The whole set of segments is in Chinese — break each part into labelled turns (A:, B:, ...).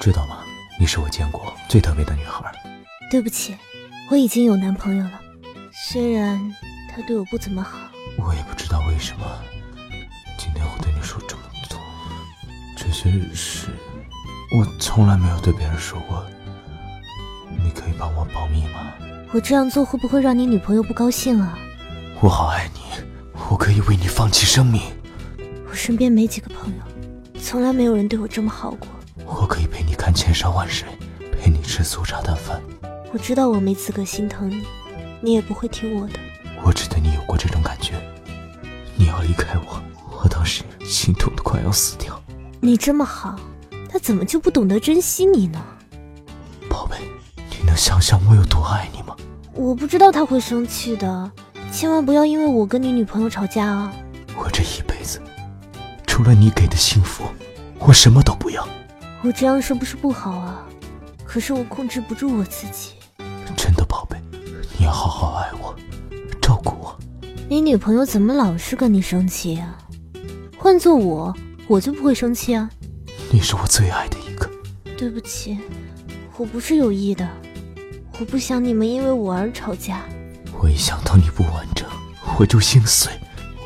A: 知道吗？你是我见过最特别的女孩。
B: 对不起，我已经有男朋友了，虽然他对我不怎么好。
A: 我也不知道为什么今天会对你说这么多，这些事我从来没有对别人说过。你可以帮我保密吗？
B: 我这样做会不会让你女朋友不高兴啊？
A: 我好爱你，我可以为你放弃生命。
B: 我身边没几个朋友，从来没有人对我这么好过。
A: 我可以陪你看千山万水，陪你吃粗茶淡饭。
B: 我知道我没资格心疼你，你也不会听我的。
A: 我只对你有过这种感觉。你要离开我，我当时心痛的快要死掉。
B: 你这么好，他怎么就不懂得珍惜你呢？
A: 宝贝，你能想象我有多爱你吗？
B: 我不知道他会生气的，千万不要因为我跟你女朋友吵架啊！
A: 我这一辈子，除了你给的幸福，我什么都不要。
B: 我这样是不是不好啊？可是我控制不住我自己。
A: 真的，宝贝，你要好好爱我，照顾我。
B: 你女朋友怎么老是跟你生气呀、换做我，我就不会生气啊。
A: 你是我最爱的一个。
B: 对不起，我不是有意的，我不想你们因为我而吵架。
A: 我一想到你不完整，我就心碎。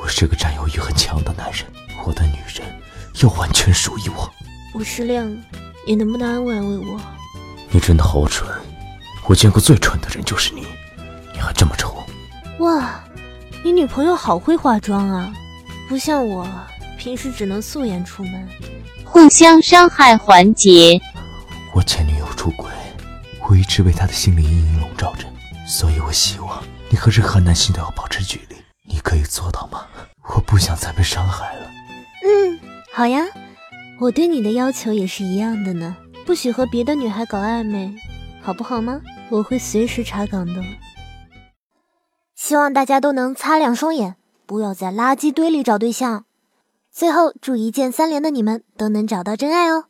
A: 我是个占有欲很强的男人，我的女人要完全属于我。
B: 我失恋了，你能不能安慰安慰我？
A: 你真的好蠢，我见过最蠢的人就是你，你还这么丑。
B: 哇，你女朋友好会化妆啊，不像我，平时只能素颜出门。
C: 互相伤害环节，
A: 我前女友出轨，我一直被她的心理阴影笼罩着，所以我希望你和任何男性都要保持距离。你可以做到吗？我不想再被伤害了。
B: 嗯，好呀，我对你的要求也是一样的呢，不许和别的女孩搞暧昧，好不好吗？我会随时查岗的。希望大家都能擦亮双眼，不要在垃圾堆里找对象。最后，祝一键三连的你们都能找到真爱哦！